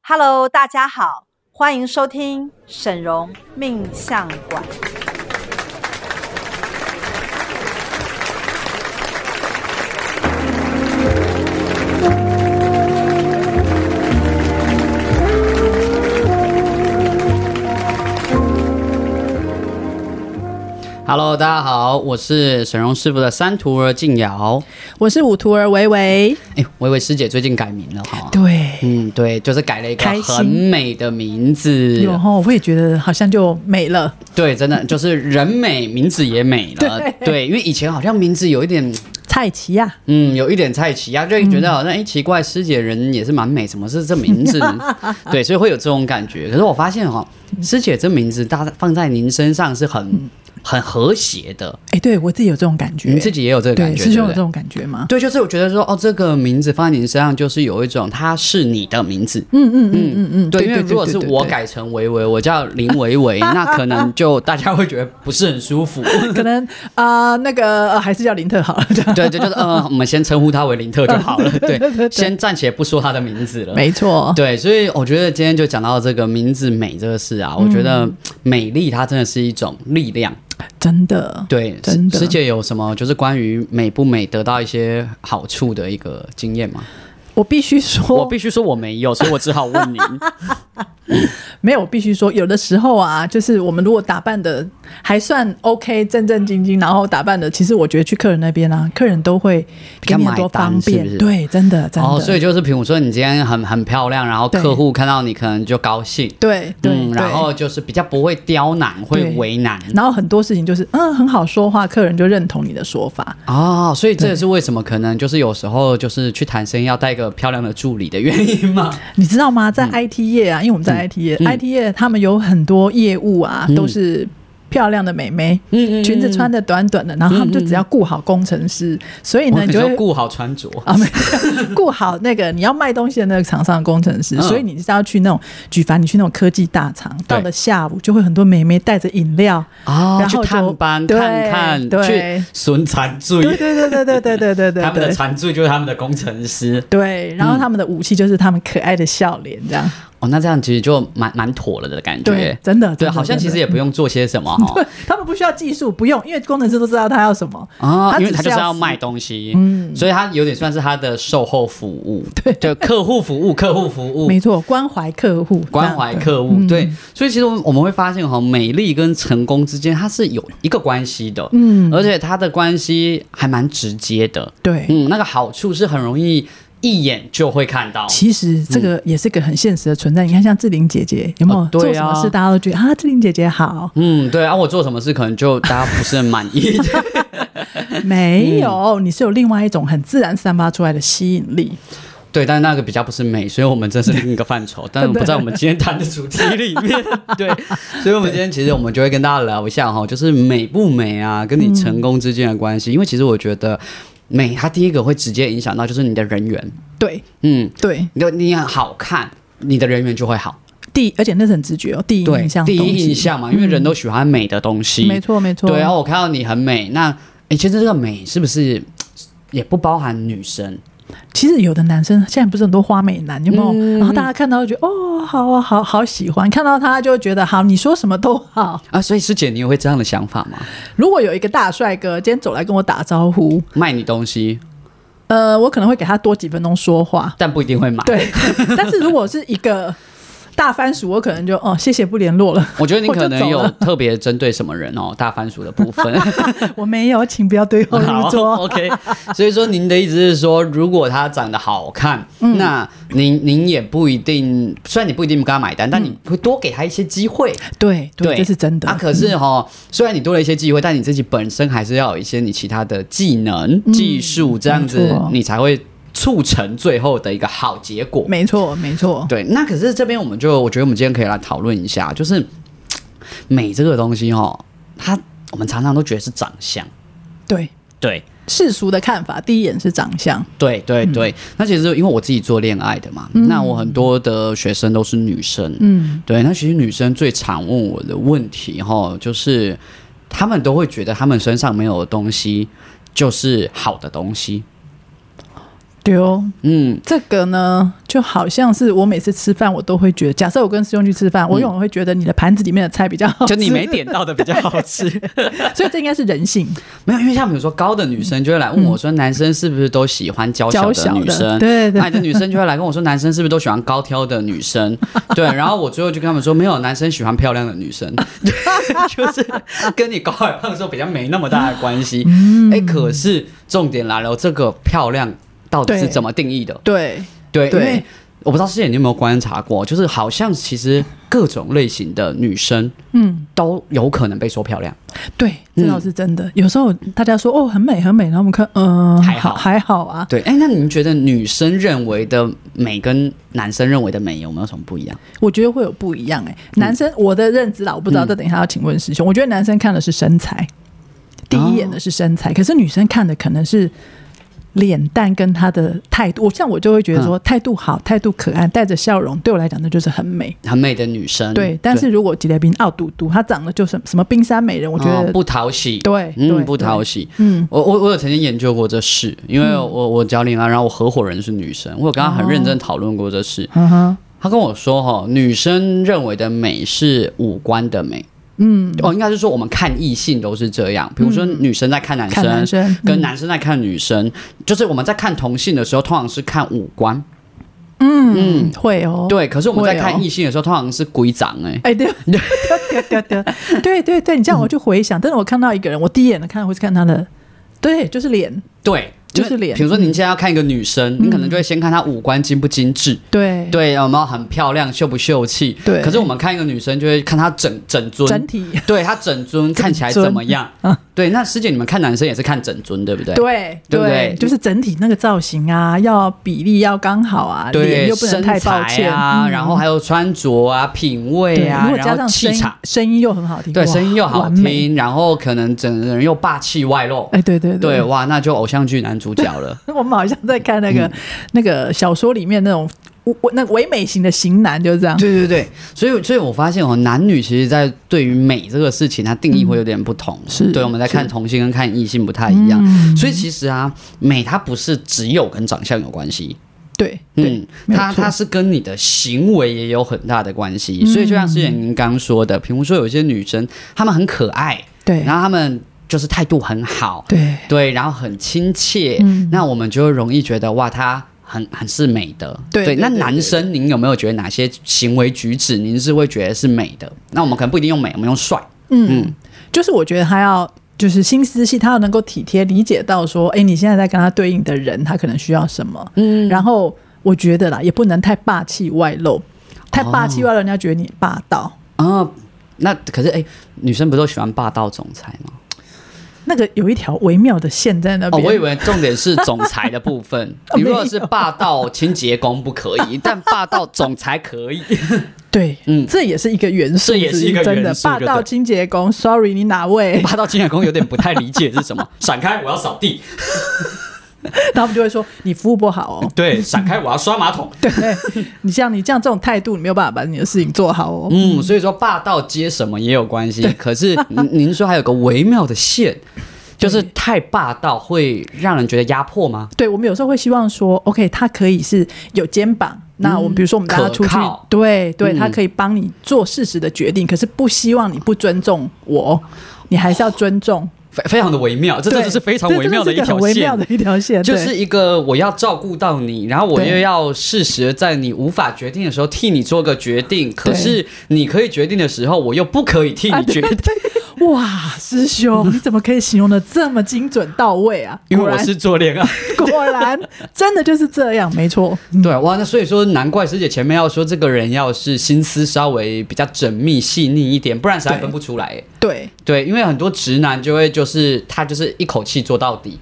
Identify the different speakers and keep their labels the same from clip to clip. Speaker 1: Hello，大家好，欢迎收听沈荣命相馆。
Speaker 2: Hello，大家好，我是沈荣师傅的三徒儿静瑶。
Speaker 3: 我是五徒儿维维，
Speaker 2: 哎，维维师姐最近改名了哈。
Speaker 3: 对，
Speaker 2: 嗯，对，就是改了一个
Speaker 3: 开心
Speaker 2: 很美的名字。
Speaker 3: 有后我也觉得好像就没了，
Speaker 2: 对，真的就是人美，名字也美了。
Speaker 3: 对
Speaker 2: 因为以前好像名字有一点，
Speaker 3: 蔡奇呀、
Speaker 2: 嗯，有一点菜奇啊，就觉得好像哎、诶奇怪，师姐人也是蛮美，怎么是这名字呢？ 对，所以会有这种感觉。可是我发现哈、师姐这名字搭放在您身上是很很和谐的，
Speaker 3: 哎、对我自己有这种感觉，
Speaker 2: 你自己也有这个感
Speaker 3: 嗯对
Speaker 2: 觉，
Speaker 3: 师
Speaker 2: 对
Speaker 3: 兄
Speaker 2: 不
Speaker 3: 有
Speaker 2: 对
Speaker 3: 这？种感觉吗？
Speaker 2: 对，就是我觉得说，哦，这个名字放在你身上，就是有一种它是你的名字。
Speaker 3: 嗯嗯嗯嗯嗯，
Speaker 2: 对，因为如果是我，改成维维，我叫林维 维，那可能就大家会觉得不是很舒服。
Speaker 3: 对 可能啊、呃那个、呃、还是叫林特好了，这样
Speaker 2: 对，对，就是呃，我们先称呼他为林特就好了。对
Speaker 3: 对对，
Speaker 2: 先暂且不说他的名字了。
Speaker 3: 没错，
Speaker 2: 对，所以我觉得今天就讲到这个名字美这个事啊，我觉得美丽它真的是一种力量。
Speaker 3: 真的，
Speaker 2: 对，
Speaker 3: 真的
Speaker 2: 师姐有什么就是关于美不美得到一些好处的一个经验吗？
Speaker 3: 我必须说，
Speaker 2: 我必须说我没有，所以我只好问您。
Speaker 3: 没有，我必须说，有的时候啊，就是我们如果打扮的还算 OK，正正经经，然后打扮的，其实我觉得去客人那边啊，客人都会给你很多
Speaker 2: 比较买单
Speaker 3: 方便，
Speaker 2: 是不是
Speaker 3: 对，真的，真的，
Speaker 2: 哦，所以就是，比如说你今天很很漂亮，然后
Speaker 3: 对
Speaker 2: 客户看到你可能就高兴，
Speaker 3: 对对、
Speaker 2: 嗯，
Speaker 3: 对
Speaker 2: 然后就是比较不会刁难，会为难。
Speaker 3: 然后很多事情就是，嗯，很好说话，客人就认同你的说法。
Speaker 2: 哦，所以这也是为什么可能就是有时候就是去谈生意要带个漂亮的助理的原因 嘛。
Speaker 3: 你知道吗？在 IT 业啊，因为我们在 IT 业、
Speaker 2: 嗯
Speaker 3: i t 业他们有很多业务啊，
Speaker 2: 嗯
Speaker 3: 都是漂亮的美眉，
Speaker 2: 嗯嗯
Speaker 3: 裙子穿的短短的，然后他们就只要顾好工程师，所以呢，
Speaker 2: 你
Speaker 3: 哎你就
Speaker 2: 说
Speaker 3: 会
Speaker 2: 顾好穿着，
Speaker 3: 啊，没有 顾好那个你要卖东西的那个厂商的工程师，
Speaker 2: 嗯
Speaker 3: 所以你是要去那种举凡你去那种科技大厂，到了下午就会很多美眉带着饮料，
Speaker 2: 哦，
Speaker 3: 然
Speaker 2: 去
Speaker 3: 后就
Speaker 2: 探班
Speaker 3: 对
Speaker 2: 看看，
Speaker 3: 对
Speaker 2: 去损残
Speaker 3: 对
Speaker 2: 罪，
Speaker 3: 对对对对对对对对
Speaker 2: 他们的
Speaker 3: 对。
Speaker 2: 残罪就是他们的工程师。
Speaker 3: 对，然后他们的武器就是他们可爱的笑脸，这样。
Speaker 2: 哦，那这样其实就蛮蛮妥了的感
Speaker 3: 对
Speaker 2: 觉，。
Speaker 3: 真的，真
Speaker 2: 对，
Speaker 3: 的
Speaker 2: 好像其实也不用做些什么哦哈。
Speaker 3: 对他们不需要技术，不用，因为工程师都知道他要什么。
Speaker 2: 啊，
Speaker 3: 他
Speaker 2: 因为
Speaker 3: 只
Speaker 2: 他
Speaker 3: 是
Speaker 2: 就是
Speaker 3: 要
Speaker 2: 要
Speaker 3: 服
Speaker 2: 卖东西，嗯，所以他有点算是他的售后服务，对，就客户服务，客户服务
Speaker 3: 没，错，关怀客户，
Speaker 2: 关怀
Speaker 3: 这样嗯
Speaker 2: 客户，对，所以其实我们会发现哈，美丽跟成功之间它是有一个关系的，嗯，而且它的关系还蛮直接的，
Speaker 3: 对。
Speaker 2: 嗯，那个好处是很容易一眼就会看到，
Speaker 3: 其实这个也是个很现实的存在。你看，像志玲姐姐有没有
Speaker 2: 哦
Speaker 3: 做
Speaker 2: 对
Speaker 3: 什
Speaker 2: 啊
Speaker 3: 么事，大家都觉得啊，志玲姐 姐好。
Speaker 2: 嗯，对啊，我做什么事可能就大家不是很满 意，
Speaker 3: 没有，
Speaker 2: 嗯
Speaker 3: 你是有另外一种很自然散发出来的吸引力。
Speaker 2: 对，但那个比较不是美，所以我们这是另一个范畴，但不在我们今天谈的主题里 面。对，所以我们今天其实我们就会跟大家聊一下哈，就是美不美啊，跟你
Speaker 3: 嗯
Speaker 2: 成功之间的关系。因为其实我觉得美，它第一个会直接影响到就是你的人缘，
Speaker 3: 对
Speaker 2: 嗯，
Speaker 3: 对，
Speaker 2: 你你很好看，你的人缘就会好。
Speaker 3: 第而且那是很直觉哦，第一
Speaker 2: 对
Speaker 3: 印，象，
Speaker 2: 第一印，象嘛，因为人都喜欢美的东西，
Speaker 3: 嗯没错没错，
Speaker 2: 对，然啊后我看到你很美，那诶，其实这个美是不是嘖也不包含女生？
Speaker 3: 其实有的男生现在不是很多花美男，有没有？然后大家看到就觉得哦，好啊，好好喜欢，看到他就会觉得好，你说什么都好。
Speaker 2: 啊，所以师姐，你也会这样的想法吗？
Speaker 3: 如果有一个大帅哥今天走来跟我打招呼，
Speaker 2: 卖你东西，
Speaker 3: 呃，我可能会给他多几分钟说话。
Speaker 2: 但不一定会买。，
Speaker 3: 对， 但是如果是一个大番薯，我可能就哦，谢谢，不联络 了。
Speaker 2: 我觉得你可能
Speaker 3: 我就走
Speaker 2: 有
Speaker 3: 了
Speaker 2: 特别针对什么人哦， 大番薯的部 分。
Speaker 3: 我没有，请不要对号入
Speaker 2: 好
Speaker 3: 座。
Speaker 2: ，OK。所以说，您的意思是说，如果他长得好看，
Speaker 3: 嗯
Speaker 2: 那您您也不一定，虽然你不一定跟他买单，但你会多给他一些机会。
Speaker 3: 对嗯对，
Speaker 2: 对，
Speaker 3: 这是真的。
Speaker 2: 啊，可是哈、虽然你多了一些机会，但你自己本身还是要有一些你其他的技能、技术，这样
Speaker 3: 嗯没
Speaker 2: 子
Speaker 3: 错
Speaker 2: 你才会促成最后的一个好结果。
Speaker 3: 没错，没错。
Speaker 2: 对，那可是这边我们就，我觉得我们今天可以来讨论一下，就是美这个东西哈，它我们常常都觉得是长相，
Speaker 3: 对
Speaker 2: 对。
Speaker 3: 世俗的看法，第一眼是长相，
Speaker 2: 对对对，那其实因为我自己做恋爱的嘛，那我很多的学生都是女生，
Speaker 3: 嗯，
Speaker 2: 对，那其实女生最常问我的问题哈，就是她们都会觉得她们身上没有的东西就是好的东西，
Speaker 3: 对哦，
Speaker 2: 嗯，
Speaker 3: 这个呢，就好像是我每次吃饭，我都会觉得，假设我跟师兄去吃饭，我永远会觉得你的盘子里面的菜比较好吃，
Speaker 2: 就你没点到的比较好 吃。
Speaker 3: 所以这应该是人性，
Speaker 2: 没有，因为像比如说高的女生就会来问我说，男生是不是都喜欢娇
Speaker 3: 嗯娇
Speaker 2: 的
Speaker 3: 小
Speaker 2: 女
Speaker 3: 的
Speaker 2: 生？
Speaker 3: 对对
Speaker 2: 矮的女生就会来跟我说，男生是不是都喜欢高挑的女 生？对，然后我最后就跟他们说，没有，男生喜欢漂亮的女 生，对就是跟你高矮胖瘦比较没那么大的关系。
Speaker 3: 嗯
Speaker 2: 哎、可是重点来了，这个漂亮到底是
Speaker 3: 对
Speaker 2: 怎么定义的？
Speaker 3: 对
Speaker 2: 对，因
Speaker 3: 对
Speaker 2: 为我不知道师姐你有没有观察过，就是好像其实各种类型的女生，
Speaker 3: 嗯，
Speaker 2: 都有可能被说漂亮。
Speaker 3: 对，这倒是真的。有时候大家说哦很美很美，然后我们看，嗯、
Speaker 2: 还好
Speaker 3: 还好啊。
Speaker 2: 对，哎，那你们觉得女生认为的美跟男生认为的美有没有什么不一样？
Speaker 3: 我觉得会有不一样哎、男生、我的认知啦，我不知道，
Speaker 2: 嗯
Speaker 3: 这等一下要请问师兄。我觉得男生看的是身材，第一眼的是身
Speaker 2: 哦
Speaker 3: 材，可是女生看的可能是脸蛋跟她的态度。我像我就会觉得
Speaker 2: 嗯
Speaker 3: 说，态度好，态度可爱，带着笑容，对我来讲那就是很美。
Speaker 2: 很美的女生，
Speaker 3: 对，但是如果吉列宾傲嘟嘟，她长得就是什么冰山美人，我觉
Speaker 2: 哦
Speaker 3: 得、
Speaker 2: 不讨喜，
Speaker 3: 对对
Speaker 2: 嗯，不讨喜。
Speaker 3: 嗯，
Speaker 2: 我我我有曾经研究过这事，因为我我教练啊，然后我合伙人是女生，我有跟她很认
Speaker 3: 哦
Speaker 2: 真讨论过这事。
Speaker 3: 嗯哼，
Speaker 2: 她跟我说，哈，女生认为的美是五官的美。
Speaker 3: 嗯，
Speaker 2: 哦，应该是说我们看异性都是这样，比如说女生在看男生，
Speaker 3: 看男生嗯
Speaker 2: 跟男生在看女生，就是我们在看同性的时候，通常是看五官，
Speaker 3: 嗯嗯会哦，
Speaker 2: 对。可是我们在
Speaker 3: 会哦
Speaker 2: 看异性的时候，通常是规长、欸，哎、
Speaker 3: 哎，对，对对对对对对对，你这样我就回想，但是我看到一个人，我第一眼看会是看他的，对，就是脸，
Speaker 2: 对，
Speaker 3: 就是
Speaker 2: 因为
Speaker 3: 脸嗯
Speaker 2: 比如说，你现在要看一个女生，你可能就会先看她五官精不精致，
Speaker 3: 对
Speaker 2: 对，有没有很漂亮、秀不秀气？
Speaker 3: 嗯对
Speaker 2: 可是我们看一个女生，就会看她整整尊，
Speaker 3: 整体，
Speaker 2: 对她整尊看起来怎么 样？对，那师姐，你们看男生也是看整尊，对不对？
Speaker 3: 对
Speaker 2: 对不对
Speaker 3: 就是整体那个造型啊，要比例要刚好啊，脸
Speaker 2: 对，
Speaker 3: 又不能
Speaker 2: 身
Speaker 3: 太
Speaker 2: 材
Speaker 3: 抱歉
Speaker 2: 啊，
Speaker 3: 嗯
Speaker 2: 然后还有穿着啊、品味
Speaker 3: 对
Speaker 2: 啊，
Speaker 3: 如果
Speaker 2: 然
Speaker 3: 加
Speaker 2: 后
Speaker 3: 上声
Speaker 2: 气
Speaker 3: 音
Speaker 2: 场，，
Speaker 3: 声音又很好听，
Speaker 2: 对，
Speaker 3: 哇
Speaker 2: 声音又好，
Speaker 3: 完美
Speaker 2: 听，然后可能整个人又霸气外露，
Speaker 3: 哎，对对
Speaker 2: 对，哇，那就偶像剧男主角了。
Speaker 3: 我们好像在看那个、
Speaker 2: 嗯
Speaker 3: 那个小说里面那种唯唯那唯美型的型男，就是这样。
Speaker 2: 对对对，所以所以我发现哦，男女其实，在对于美这个事情，它定义会有点不同。
Speaker 3: 嗯是嗯
Speaker 2: 对，我们在看同性跟看异性不太一样。所以其实啊，美它不是只有跟长相有关系。
Speaker 3: 对对，
Speaker 2: 嗯，
Speaker 3: 没有
Speaker 2: 它
Speaker 3: 错嗯
Speaker 2: 它是跟你的行为也有很大的关系。所以就像之前您刚刚说的，比如说有些女生，她们很可爱，
Speaker 3: 对
Speaker 2: 然后她们就是态度很好，
Speaker 3: 对
Speaker 2: 对，然后很亲切，
Speaker 3: 嗯
Speaker 2: 那我们就会容易觉得哇，他很很是美的。
Speaker 3: 对对
Speaker 2: 那
Speaker 3: 对
Speaker 2: 男
Speaker 3: 对
Speaker 2: 生您有没有觉得哪些行为举止您是会觉得是美的？那我们可能不一定用美，我们用帅。
Speaker 3: 嗯，就是我觉得他要就是心思细，他要能够体贴理解到说，哎、你现在在跟他对应的人，他可能需要什么。嗯，然后我觉得啦，也不能太霸气外露，太霸气外露，人家觉得你霸道。
Speaker 2: 啊、那可是哎、女生不都喜欢霸道总裁吗？
Speaker 3: 那个有一条微妙的线在那
Speaker 2: 哦，
Speaker 3: 边、
Speaker 2: 我以为重点是总裁的部 分。你如果是霸道清洁工不可以，但霸道总裁可以。
Speaker 3: 对，
Speaker 2: 嗯
Speaker 3: 这也是一个元素
Speaker 2: 这
Speaker 3: 之一，
Speaker 2: 也是一个
Speaker 3: 真的
Speaker 2: 元素
Speaker 3: 霸
Speaker 2: 就
Speaker 3: 道
Speaker 2: 对
Speaker 3: 清洁工。Sorry，你 哪位？
Speaker 2: 霸道清洁工有点不太理解是什么， 闪开，我要扫地。
Speaker 3: 然后我们就会说你服务不好哦，
Speaker 2: 对，闪开，我要刷马桶。
Speaker 3: 对 你像你这样这种态度，你没有办法把你的事情做好哦。
Speaker 2: 嗯，所以说霸道接什么也有关系。可是您您说还有个微妙的 线，就是太霸道会让人觉得压迫吗？
Speaker 3: 对，我们有时候会希望说，OK，他可以是有肩膀。那我们比如说，我们大家
Speaker 2: 嗯
Speaker 3: 出
Speaker 2: 可
Speaker 3: 去，
Speaker 2: 靠
Speaker 3: 对对，他
Speaker 2: 嗯
Speaker 3: 可以帮你做适时的决定，可是不希望你不尊重我，你还是要尊重。
Speaker 2: 非非常的微妙，这
Speaker 3: 对
Speaker 2: 真的是非常
Speaker 3: 这
Speaker 2: 微
Speaker 3: 真
Speaker 2: 妙的
Speaker 3: 是
Speaker 2: 一
Speaker 3: 个很
Speaker 2: 条
Speaker 3: 微妙的
Speaker 2: 线。
Speaker 3: 一条线，
Speaker 2: 就
Speaker 3: 对
Speaker 2: 是一个我要照顾到你，然后我
Speaker 3: 对
Speaker 2: 又要适时地在你无法决定的时候替你做个决定，可是你可以决定的时候，我又不可以替
Speaker 3: 啊
Speaker 2: 你决定，
Speaker 3: 哇，师兄，你怎么可以形容的这么精准到位啊？
Speaker 2: 因为
Speaker 3: 果
Speaker 2: 我
Speaker 3: 然
Speaker 2: 是做恋爱。
Speaker 3: 果然真的就是这样，没错。
Speaker 2: 对，哇，那所以说，难怪师姐前面要说这个人要是心思稍微比较缜密、细腻一点，不然实在分不出来。欸
Speaker 3: 对，
Speaker 2: 对，因为很多直男就会就是他就是一口气做到底，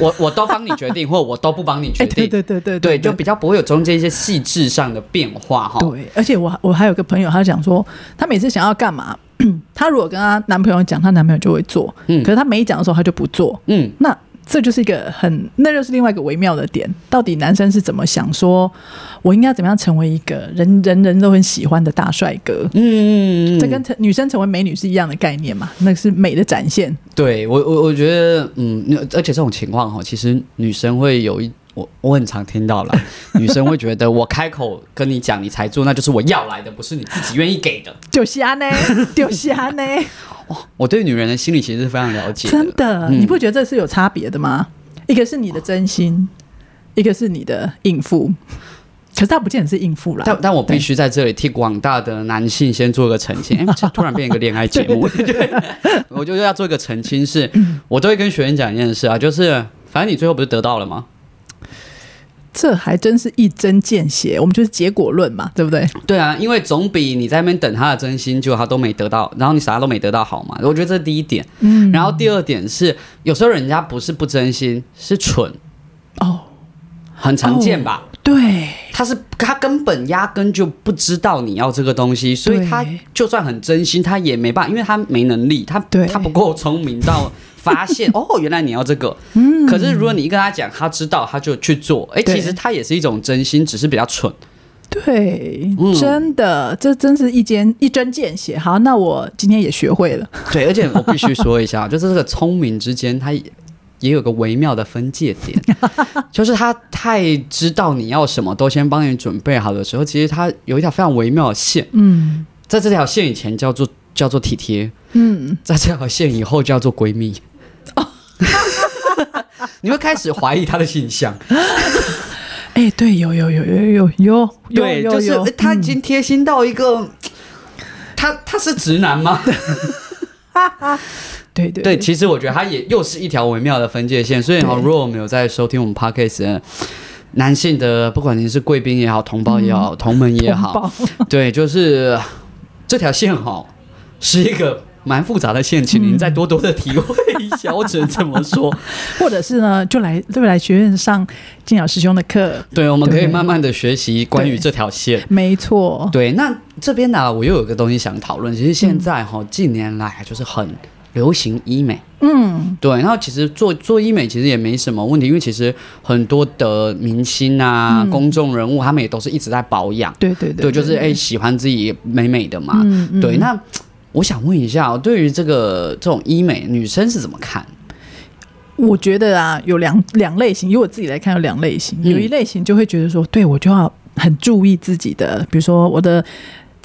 Speaker 2: 我我都帮你决定，或我都不帮你决
Speaker 3: 哎，
Speaker 2: 定，
Speaker 3: 对对对对
Speaker 2: 哎 对就比较不会有中间一些细致上的变化哈。
Speaker 3: 对，而且我我还有个朋友，她讲说，她每次想要干嘛， 她如果跟她男朋友讲，她男朋友就会做，
Speaker 2: 嗯
Speaker 3: 可是她没讲的时候，她就不做。
Speaker 2: 嗯，
Speaker 3: 那这就是一个很，那就是另外一个微妙的点，到底男生是怎么想说，我应该怎么样成为一个人人人都很喜欢的大帅哥？
Speaker 2: 嗯，
Speaker 3: 这跟成女生成为美女是一样的概念嘛？那是美的展现，
Speaker 2: 对我我我觉得，嗯，而且这种情况哈，其实女生会有一我我很常听 到啦，女生会觉得我开口跟你讲，你才做，那就是我要来的，不是你自己愿意给的。
Speaker 3: 就是安呢，就是安呢，
Speaker 2: 我对女人的心理其实是非常了解
Speaker 3: 真
Speaker 2: 的。嗯
Speaker 3: 的，你不觉得这是有差别的吗？一个是你的真心，一个是你的应付，可是他不见得是应付啦。
Speaker 2: 但但我必须在这里替广大的男性先做个澄清，哎、这突然变一个 恋爱节目，对， 我就要做一个澄清是，我都会跟学员讲一件事啊，就是反正你最后不是得到了吗？
Speaker 3: 这还真是一针见血，我们就是结果论嘛，对不对？
Speaker 2: 对啊，因为总比你在那边等他的真心，结果他都没得到，然后你啥都没得到好嘛。我觉得这是第一点。嗯，然后第二点是，有时候人家不是不真心，是蠢，
Speaker 3: 哦，
Speaker 2: 很常见吧？
Speaker 3: 对，
Speaker 2: 他是他根本压根就不知道你要这个东西，所以他就算很真心，他也没办法，因为他没能力，他
Speaker 3: 对
Speaker 2: 他不够聪明到发 现哦，原来你要这个。嗯，可是如果你一跟他讲，他知道，他就去做。哎，
Speaker 3: 对
Speaker 2: 其实他也是一种真心，只是比较蠢。
Speaker 3: 对，
Speaker 2: 嗯
Speaker 3: 真的，这真是一针一针见血。好，那我今天也学会了。
Speaker 2: 对，而且我必须说一 下，就是这个聪明之间，它也也有个微妙的分界 点，就是他太知道你要什么，都先帮你准备好的时候，其实他有一条非常微妙的线，
Speaker 3: 嗯
Speaker 2: 在这条线以前叫做叫做体贴，
Speaker 3: 嗯，
Speaker 2: 在这条线以后叫做闺 蜜。你会开始怀疑他的形象，
Speaker 3: 哎、对，有有有有有有有
Speaker 2: 对，
Speaker 3: 有
Speaker 2: 就是
Speaker 3: 有
Speaker 2: 呃他已经贴心到一个，他他是直男吗？
Speaker 3: 对对
Speaker 2: 对，其实我觉得它也又是一条微妙的分界线。所以哈，
Speaker 3: 对
Speaker 2: 如果我们有在收听我们 podcast 的男性的，不管你是贵宾也好，同胞也好，同门也好，
Speaker 3: 嗯同
Speaker 2: 对，就是这条线哈，是一个。蛮复杂的线，请您再多多的体会一下。我只能这么说，
Speaker 3: 或者是呢，就来就来学院上静瑶师兄的课，
Speaker 2: 对，我们可以
Speaker 3: 对
Speaker 2: 慢慢的学习关于
Speaker 3: 对
Speaker 2: 这条线。
Speaker 3: 没错，
Speaker 2: 对，那这边呢、我又有个东西想讨论。其实现在哈、近年来啊就是很流行医美，
Speaker 3: 嗯，
Speaker 2: 对，然后其实做做医美其实也没什么问题，因为其实很多的明星啊、公众人物，他们也都是一直在保养，
Speaker 3: 对对
Speaker 2: 对，就是哎、喜欢自己美美的嘛。
Speaker 3: 嗯嗯
Speaker 2: 对，那我想问一下哦，对于这个这种医美，女生是怎么看？
Speaker 3: 我觉得啊，有两两类型，以我自己来看有两类型，
Speaker 2: 嗯
Speaker 3: 有一类型就会觉得说，对我就要很注意自己的，比如说我的。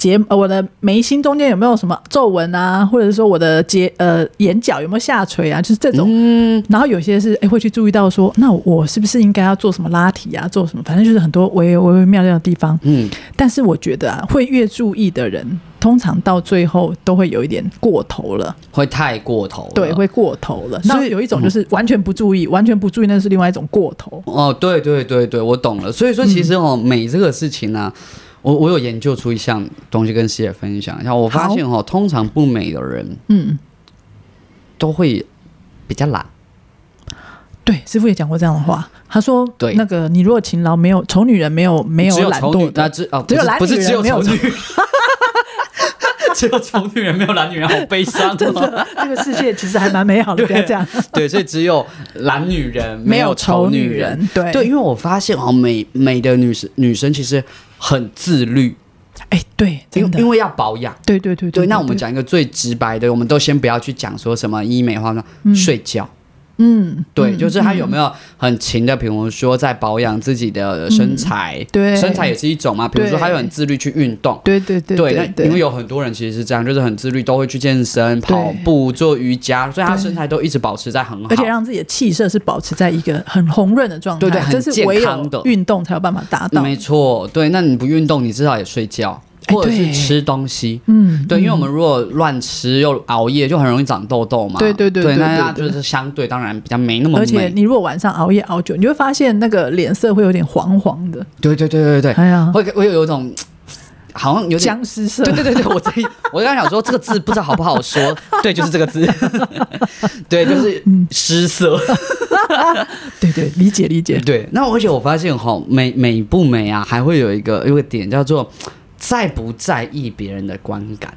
Speaker 3: 睫呃，我的眉心中间有没有什么皱纹啊，或者是说我的睫呃眼角有没有下垂啊，就是这种。
Speaker 2: 嗯，
Speaker 3: 然后有些是哎、会去注意到说，那我是不是应该要做什么拉提啊，做什么，反正就是很多微微微妙妙的地方。
Speaker 2: 嗯，
Speaker 3: 但是我觉得啊，会越注意的人，通常到最后都会有一点过头了，
Speaker 2: 会太过头了
Speaker 3: 对，会过头了。
Speaker 2: 所以嗯
Speaker 3: 所以有一种就是完全不注意，完全不注意那是另外一种过头。
Speaker 2: 哦，对对对对，我懂了。所以说，其
Speaker 3: 嗯
Speaker 2: 实哦，美这个事情呢、我我有研究出一项东西跟师姐分享一下。我发
Speaker 3: 好
Speaker 2: 现哦，通常不美的人
Speaker 3: 嗯，
Speaker 2: 都会比较懒。
Speaker 3: 对，师傅也讲过这样的话，他说，
Speaker 2: 对
Speaker 3: 那个你如果勤劳，没有丑女人，没有没
Speaker 2: 只有
Speaker 3: 懒
Speaker 2: 丑女
Speaker 3: 惰
Speaker 2: 啊，
Speaker 3: 的，
Speaker 2: 只哦，
Speaker 3: 只有
Speaker 2: 不是
Speaker 3: 懒
Speaker 2: 不是
Speaker 3: 女
Speaker 2: 只
Speaker 3: 人
Speaker 2: 有
Speaker 3: 没有
Speaker 2: 丑女， 只有丑女人没有懒女人，好悲伤
Speaker 3: 真
Speaker 2: 哦。
Speaker 3: 的，这个世界其实还蛮美好的，不要这样，
Speaker 2: 对，所以只有懒女人， 没有丑
Speaker 3: 丑
Speaker 2: 女人。
Speaker 3: 人，对
Speaker 2: 对，因，为我发现哦，美美的女生女生其实很自律，
Speaker 3: 哎，对，
Speaker 2: 因
Speaker 3: 真的
Speaker 2: 因，为要保养。
Speaker 3: 对对对
Speaker 2: 对，那我们，讲一个最直白的，我们都先不要去讲说什么医美化妆，睡觉。
Speaker 3: 嗯，
Speaker 2: 对，
Speaker 3: 嗯
Speaker 2: 就是他有没有很勤的，比如说在保养自己的身材，
Speaker 3: 嗯对
Speaker 2: 身材也是一种嘛。比如说他有很自律去运动，
Speaker 3: 对对对
Speaker 2: 对，
Speaker 3: 对
Speaker 2: 那因为有很多人其实是这样，就是很自律，都会去健身、跑步、做瑜伽，所以他身材都一直保持在很好
Speaker 3: 而。且让自己的气色是保持在一个很红润的状态，
Speaker 2: 对对很
Speaker 3: 这是唯
Speaker 2: 健康的
Speaker 3: 有运动才有办法达到。
Speaker 2: 没错，对，那你不运动，你至少也睡觉，
Speaker 3: 哎
Speaker 2: 或者是
Speaker 3: 对
Speaker 2: 吃东西。
Speaker 3: 嗯，
Speaker 2: 对，因为我们如果乱吃又熬夜，就很容易长痘痘嘛。
Speaker 3: 对对对
Speaker 2: 对，
Speaker 3: 对
Speaker 2: 那
Speaker 3: 对
Speaker 2: 它就是相对当然比较没那么
Speaker 3: 而且
Speaker 2: 美。
Speaker 3: 你如果晚上熬夜熬久，你就会发现那个脸色会有点黄黄的，
Speaker 2: 对对对对对，
Speaker 3: 哎呀，
Speaker 2: 会会有一种好像有点
Speaker 3: 僵尸色。
Speaker 2: 对对对对，我在我刚刚想说这个字不知道好不好说，对，就是这个字， 对，就是
Speaker 3: 嗯
Speaker 2: 失色。
Speaker 3: 对对，理解理解。
Speaker 2: 对，那而且我发现哈，美美不美啊，还会有一个有一个点叫做在不在意别人的观感。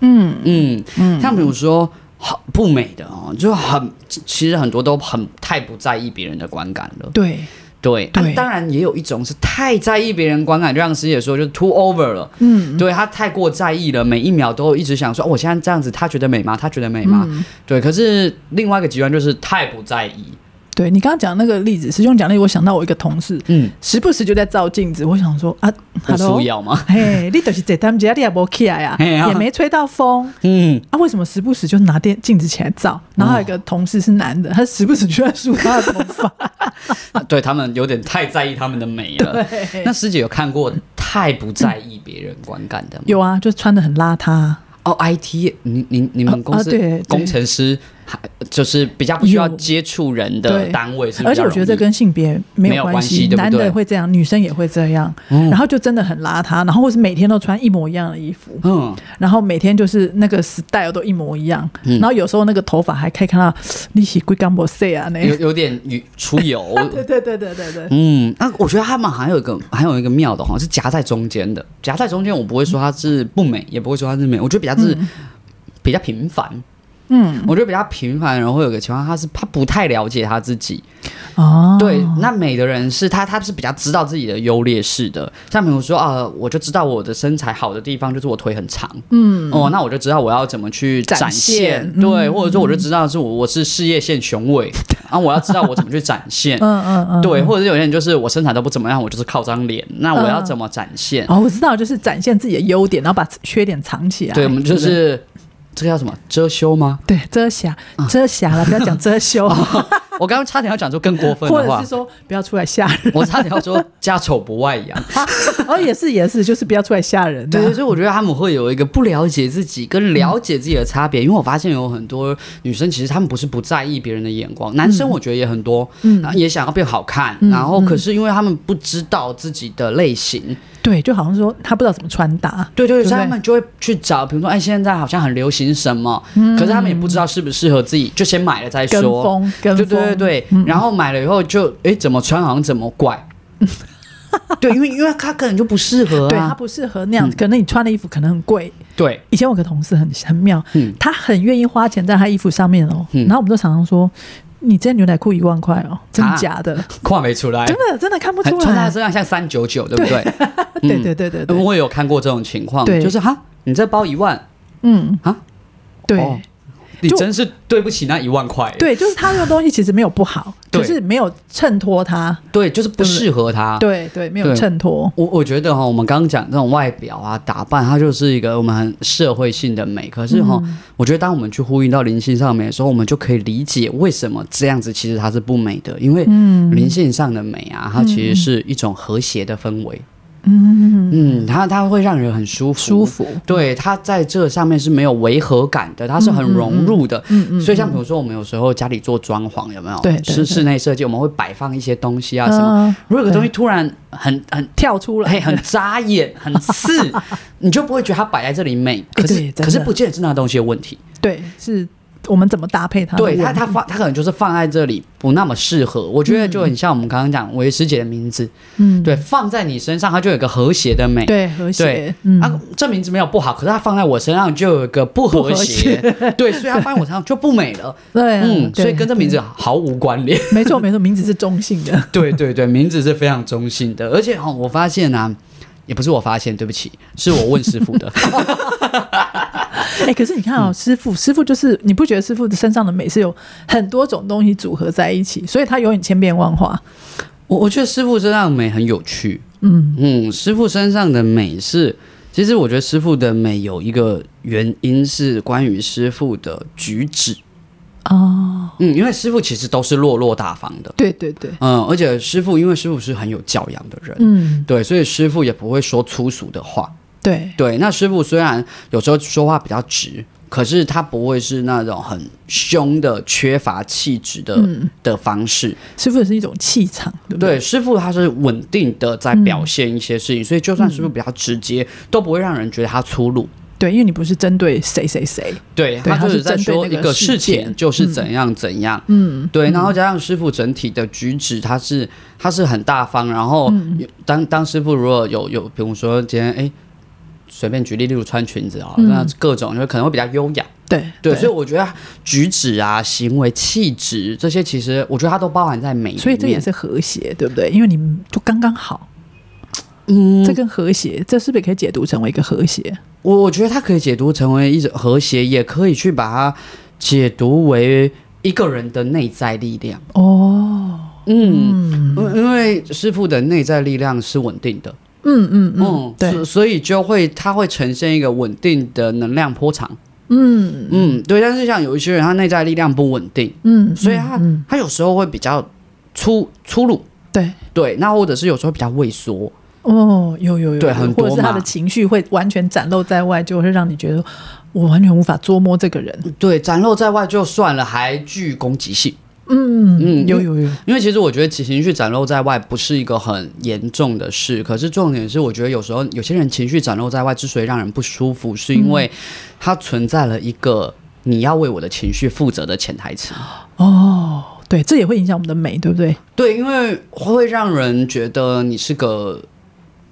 Speaker 3: 嗯，
Speaker 2: 嗯嗯，像比如说。很不美的哦，就很其实很多都很太不在意别人的观感了。
Speaker 3: 对，
Speaker 2: 对，啊
Speaker 3: 对
Speaker 2: 当然也有一种是太在意别人观感，就像师姐说，就是 too over 了。
Speaker 3: 嗯，
Speaker 2: 对他太过在意了，每一秒都一直想说，哦我现
Speaker 3: 嗯
Speaker 2: 在这样子，他觉得美吗？他觉得美吗？对，可是另外一个极端就是太不在意，
Speaker 3: 对你刚刚讲那个例子，实用奖励，我想到我一个同事，
Speaker 2: 嗯，
Speaker 3: 时不时就在照镜子，我想说啊
Speaker 2: 不
Speaker 3: ，hello，
Speaker 2: 输要吗？
Speaker 3: 嘿，你就是这他们家你也没起来啊，
Speaker 2: 嘿啊
Speaker 3: 也没吹到风。
Speaker 2: 嗯，
Speaker 3: 啊，为什么时不时就拿电镜子起来照？然后还 有一个同事是男的，他时不时就在梳他的头发。
Speaker 2: 啊对他们有点太在意他们的美了。
Speaker 3: 对
Speaker 2: 那师姐有看过太不在意别人观感的吗？
Speaker 3: 有啊，就穿的很邋遢。
Speaker 2: 哦，IT，你你你们公
Speaker 3: 啊
Speaker 2: 司
Speaker 3: 对对
Speaker 2: 工程师还就是比较不需要
Speaker 3: 有
Speaker 2: 接触人的
Speaker 3: 对，
Speaker 2: 单位，是不是？
Speaker 3: 而且我觉得这跟性别没有关
Speaker 2: 没有关系对不对嗯
Speaker 3: 男的会这样，女生也会这样，然后就真的很邋遢，然后或是每天都穿一模一样的衣服，
Speaker 2: 嗯，
Speaker 3: 然后每天就是那个 style 都一模一样，
Speaker 2: 嗯
Speaker 3: 然后有时候那个头发还可以看到啊你洗龟干不碎啊那
Speaker 2: 有。有点与出 油。
Speaker 3: 对对对对对对，
Speaker 2: 嗯，那我觉得他们还有一个还有一个妙的哈，是夹在中间的，夹在中间，我不会说它是不美，也不会说它是美，我觉得比较是、比较平凡。
Speaker 3: 嗯，
Speaker 2: 我觉得比较平凡，然后有个情况，他是他不太了解他自己。嗯
Speaker 3: 哦，
Speaker 2: 对，那美的人是他，他是比较知道自己的优劣势的。像比如说啊、我就知道我的身材好的地方就是我腿很长，嗯，哦，那我就知道我要怎么去
Speaker 3: 展
Speaker 2: 展现，
Speaker 3: 现嗯
Speaker 2: 对，或者说我就知道是我我是事业线雄 伟，啊，我要知道我怎么去展现，
Speaker 3: 嗯嗯嗯，
Speaker 2: 对，或者是有些人就是我身材都不怎么样，我就是靠张脸，那我要怎么展现？
Speaker 3: 哦，我知道，就是展现自己的优点，然后把缺点藏起来。
Speaker 2: 对，我们就
Speaker 3: 不对
Speaker 2: 是这个叫什么遮羞吗？
Speaker 3: 对遮瑕，
Speaker 2: 啊
Speaker 3: 遮瑕了，不要讲遮 羞，
Speaker 2: 我刚刚差点要讲出更过分
Speaker 3: 或
Speaker 2: 哦的
Speaker 3: 者
Speaker 2: 话
Speaker 3: 是，说不要出来吓人。
Speaker 2: 我差点要说家丑不外扬。
Speaker 3: 哦，也是也是，就是不要出来吓人。
Speaker 2: 对，所以我觉得他们会有一个不了解自己跟了解自己的差别，因为我发现有很多女生其实她们不是不在意别人的眼光，男生我觉得也很多，嗯，也想要变好看，然后可是因为他们不知道自己的类型，
Speaker 3: 对，就好像说他不知道怎么穿搭，
Speaker 2: 对对
Speaker 3: 对不
Speaker 2: 所以
Speaker 3: 对
Speaker 2: 他们就会去找，比如说哎，现在好像很流行什么，可是他们也不知道适不适合自己，就先买了再
Speaker 3: 跟
Speaker 2: 说，
Speaker 3: 风
Speaker 2: 嗯
Speaker 3: 跟
Speaker 2: 对
Speaker 3: 风，
Speaker 2: 对对对，然后买了以后就哎怎么穿好像怎么怪， 对，因为因为他可能就不适合
Speaker 3: 对他
Speaker 2: 啊，
Speaker 3: 不适合那样子，可能你穿的衣服可能很贵。
Speaker 2: 对，
Speaker 3: 以前我有个同事很很妙，
Speaker 2: 嗯
Speaker 3: 他很愿意花钱在他衣服上面哦，
Speaker 2: 嗯
Speaker 3: 然后我们都常常说。你这牛仔裤一万块哦，真
Speaker 2: 啊
Speaker 3: 假的？
Speaker 2: 跨没出来，
Speaker 3: 真的真的看不
Speaker 2: 很
Speaker 3: 出
Speaker 2: 穿在
Speaker 3: 来。啊
Speaker 2: 身上像三九九，对不对？
Speaker 3: 对
Speaker 2: 因为
Speaker 3: 对对对对，
Speaker 2: 嗯 我也有看过这种情况，
Speaker 3: 对
Speaker 2: 就是哈，你这包一万，
Speaker 3: 嗯
Speaker 2: 啊，哦
Speaker 3: 对
Speaker 2: 你
Speaker 3: 就
Speaker 2: 真是对不起那一万块，
Speaker 3: 对，就是他用的东西其实没有不好，
Speaker 2: 对
Speaker 3: 可是没有衬托他。
Speaker 2: 对，就是不适合他。
Speaker 3: 对对，没有
Speaker 2: 对
Speaker 3: 衬托。
Speaker 2: 我我觉得哈，我们刚刚讲这种外表啊、打扮，它就是一个我们很社会性的美。可是哈，
Speaker 3: 嗯
Speaker 2: 我觉得当我们去呼应到灵性上面的时候，我们就可以理解为什么这样子其实它是不美的，因为
Speaker 3: 嗯
Speaker 2: 灵性上的美啊，它其实是一种和谐的氛围。
Speaker 3: 嗯，
Speaker 2: 嗯，它它会让人很舒服，
Speaker 3: 舒服。
Speaker 2: 对，它在这上面是没有违和感的，它是很融入的。
Speaker 3: 嗯嗯，
Speaker 2: 所以像比如说，我们有时候家里做装潢，有没有？
Speaker 3: 对对
Speaker 2: 室
Speaker 3: 对
Speaker 2: 室内设计，我们会摆放一些东西啊什么。
Speaker 3: 嗯
Speaker 2: 如果有个东西突然很很
Speaker 3: 跳出来，
Speaker 2: 嘿很扎 眼、很刺，你就不会觉得它摆在这里美。可是
Speaker 3: 对真
Speaker 2: 可是
Speaker 3: 的
Speaker 2: 不见得是那东西的问题。
Speaker 3: 对，是我们怎么搭配它的
Speaker 2: 对
Speaker 3: 问题？
Speaker 2: 它它放它可能就是放在这里不那么适合。我觉得就很像我们刚刚讲维师姐的名字，
Speaker 3: 嗯，
Speaker 2: 对，放在你身上它就有一个和谐的美。
Speaker 3: 对和
Speaker 2: 对
Speaker 3: 谐，嗯，
Speaker 2: 啊，这名字没有不好，可是它放在我身上就有一个不
Speaker 3: 不
Speaker 2: 和
Speaker 3: 和
Speaker 2: 谐， 对，所以它放在我身上就不美 了。
Speaker 3: 对啊，
Speaker 2: 嗯，
Speaker 3: 对嗯
Speaker 2: 所以跟这名字毫无关联。
Speaker 3: 没错没错，名字是中性的，
Speaker 2: 对对对，名字是非常中性的，而且哈、我发现啊，也不是我发现，对不起，是我问师傅 的。
Speaker 3: 哎，可是你看
Speaker 2: 嗯
Speaker 3: 哦，师傅师傅就是你不觉得师傅身上的美是有很多种东西组合在一起，所以他永远千变万化，
Speaker 2: 我我觉得师傅身上的美很有趣，
Speaker 3: 嗯
Speaker 2: 嗯，师傅身上的美是，其实我觉得师傅的美有一个原因是关于师傅的举止，
Speaker 3: 哦，
Speaker 2: 嗯，因为师傅其实都是落落大方的，
Speaker 3: 对对对，
Speaker 2: 嗯，而且师傅因为师傅是很有教养的人，
Speaker 3: 嗯
Speaker 2: 对，所以师傅也不会说粗俗的话，
Speaker 3: 对，
Speaker 2: 对，那师傅虽然有时候说话比较直，可是他不会是那种很凶的、缺乏气质的、的方式。
Speaker 3: 师傅也是一种气场，嗯对嗯不
Speaker 2: 对，
Speaker 3: 对？
Speaker 2: 师傅他是稳定的在表现一些事情，所以就算
Speaker 3: 嗯
Speaker 2: 师傅比较直接，都不会让人觉得他粗鲁。
Speaker 3: 对，因为你不是针对谁谁谁，
Speaker 2: 对
Speaker 3: 对
Speaker 2: 他就
Speaker 3: 他
Speaker 2: 是
Speaker 3: 是
Speaker 2: 在
Speaker 3: 针对
Speaker 2: 说
Speaker 3: 那
Speaker 2: 一
Speaker 3: 个
Speaker 2: 个
Speaker 3: 事
Speaker 2: 事情
Speaker 3: 件
Speaker 2: 就是怎样怎样，
Speaker 3: 嗯，
Speaker 2: 对，然后加上师傅整体的举止，他是他是很大方，然后
Speaker 3: 嗯
Speaker 2: 有当当师傅如果有有，比如说今天哎，随便举例，例如穿裙子啊，那各种就可能会比较优雅，
Speaker 3: 嗯对
Speaker 2: 对，所以我觉得举止啊、行为、气质这些，其实我觉得它都包含在美里面。
Speaker 3: 所以这也是和谐，对不对？因为你们就刚刚好，
Speaker 2: 嗯，
Speaker 3: 这跟和谐，这是不是也可以解读成为一个和谐？
Speaker 2: 我我觉得它可以解读成为一种和谐，也可以去把它解读为。一个人的内在力量。
Speaker 3: 哦，
Speaker 2: 嗯，因因为师傅的内在力量是稳定的，
Speaker 3: 嗯嗯嗯，对，
Speaker 2: 所所以就会它会呈现一个稳定的能量波长。
Speaker 3: 嗯
Speaker 2: 嗯，对。但是像有一些人，他内在力量不稳定，
Speaker 3: 嗯，
Speaker 2: 所以他、
Speaker 3: 嗯嗯
Speaker 2: 他有时候会比较粗粗鲁，
Speaker 3: 对，
Speaker 2: 对，那或者是有时候比较畏缩，
Speaker 3: 哦，有有有，
Speaker 2: 对
Speaker 3: 有
Speaker 2: 很多
Speaker 3: 或者是他
Speaker 2: 嘛
Speaker 3: 的情绪会完全展露在外，就会让你觉得我完全无法捉摸这个人。
Speaker 2: 对，展露在外就算了，还具攻击性。
Speaker 3: 嗯
Speaker 2: 嗯
Speaker 3: 有有有，
Speaker 2: 因为其实我觉得情绪展露在外不是一个很严重的事，可是重点是，我觉得有时候有些人情绪展露在外之所以让人不舒服，是
Speaker 3: 嗯
Speaker 2: 因为它存在了一个你要为我的情绪负责的潜台词。
Speaker 3: 哦，对，这也会影响我们的美，对不对？
Speaker 2: 对，因为会让人觉得你是个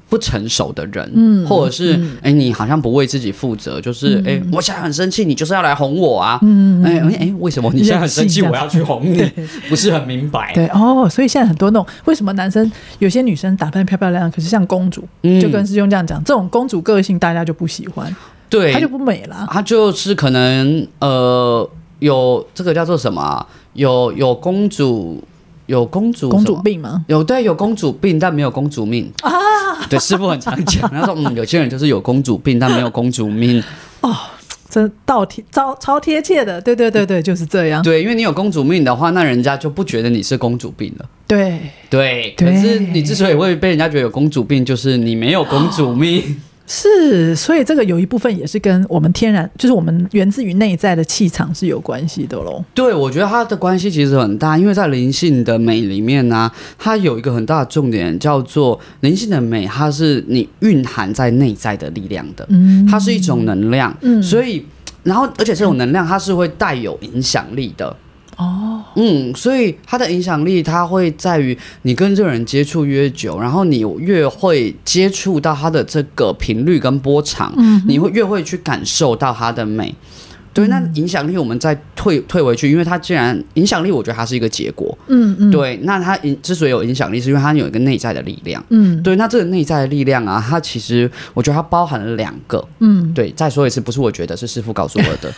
Speaker 2: 不成熟的人，
Speaker 3: 嗯
Speaker 2: 或者是哎、诶你好像不为自己负责，就是哎、诶我现在很生气，你就是要来哄我啊，
Speaker 3: 嗯
Speaker 2: 哎哎、诶为什么你现在很生气，
Speaker 3: 任性
Speaker 2: 我
Speaker 3: 这
Speaker 2: 要去哄 你，不是很明白，
Speaker 3: 对哦，所以现在很多那种为什么男生有些女生打扮漂漂亮亮，可是像公主，
Speaker 2: 嗯
Speaker 3: 就跟师兄这样讲，这种公主个性大家就不喜欢，
Speaker 2: 对，
Speaker 3: 她就不美啦。
Speaker 2: 他就是可能呃有这个叫做什么啊、有有公主有公主
Speaker 3: 公
Speaker 2: 什
Speaker 3: 主
Speaker 2: 么
Speaker 3: 病吗？
Speaker 2: 有对有公主病，但没有公主命啊。对，师傅很常讲，他说嗯，有些人就是有公主病，但没有公主命。
Speaker 3: 真倒贴超超贴切的，对对对对，就是这样。
Speaker 2: 嗯对，因为你有公主命的话，那人家就不觉得你是公主病了。
Speaker 3: 对，
Speaker 2: 对，
Speaker 3: 对
Speaker 2: 可是你之所以会被人家觉得有公主病，就是你没有公主命。
Speaker 3: 是，所以这个有一部分也是跟我们天然，就是我们源自于内在的气场是有关系的喽。
Speaker 2: 对，我觉得它的关系其实很大，因为在灵性的美里面呢、它有一个很大的重点叫做灵性的美，它是你蕴含在内在的力量的，
Speaker 3: 嗯
Speaker 2: 它是一种能量，
Speaker 3: 嗯
Speaker 2: 所以。然后，而且这种能量它是会带有影响力的，
Speaker 3: 哦，
Speaker 2: 嗯，所以它的影响力它会在于你跟这个人接触越久，然后你越会接触到它的这个频率跟波长，
Speaker 3: 嗯
Speaker 2: 你会越会去感受到它的美。对，那影响力我们再退退回去，因为它既然影响力，我觉得它是一个结果。
Speaker 3: 嗯嗯，，
Speaker 2: 对，那它影之所以有影响力，是因为它有一个内在的力量。
Speaker 3: 嗯
Speaker 2: 对，那这个内在的力量啊，它其实我觉得它包含了两个。
Speaker 3: 嗯，
Speaker 2: 对，再说一次，不是我觉得，是师傅告诉我 的。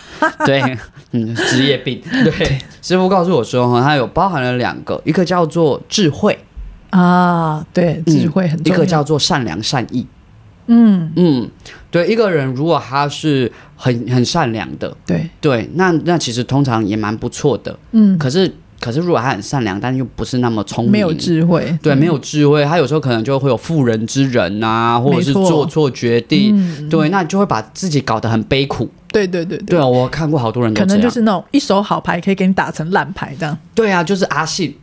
Speaker 2: 对，嗯，职业病。对，师傅告诉我说，哈，它有包含了两个，一个叫做智慧，
Speaker 3: 啊，对，
Speaker 2: 嗯
Speaker 3: 智慧很
Speaker 2: 一
Speaker 3: 重要。
Speaker 2: 个叫做善良善意。
Speaker 3: 嗯，
Speaker 2: 嗯，对，一个人如果他是很很善良的，
Speaker 3: 对，
Speaker 2: 对，那那其实通常也蛮不错的。
Speaker 3: 嗯，
Speaker 2: 可是可是如果他很善良，但又不是那么聪明，
Speaker 3: 没有智嗯慧，
Speaker 2: 对，没有智慧，他有时候可能就会有妇人之仁啊，或者是
Speaker 3: 没错
Speaker 2: 做错决定。
Speaker 3: 嗯，
Speaker 2: 对，那就会把自己搞得很悲苦。
Speaker 3: 对对对对，
Speaker 2: 对啊，我看过好多人都
Speaker 3: 可
Speaker 2: 这
Speaker 3: 能
Speaker 2: 样。
Speaker 3: 就是那种一手好牌可以给你打成烂牌这样。
Speaker 2: 对啊，就是阿信，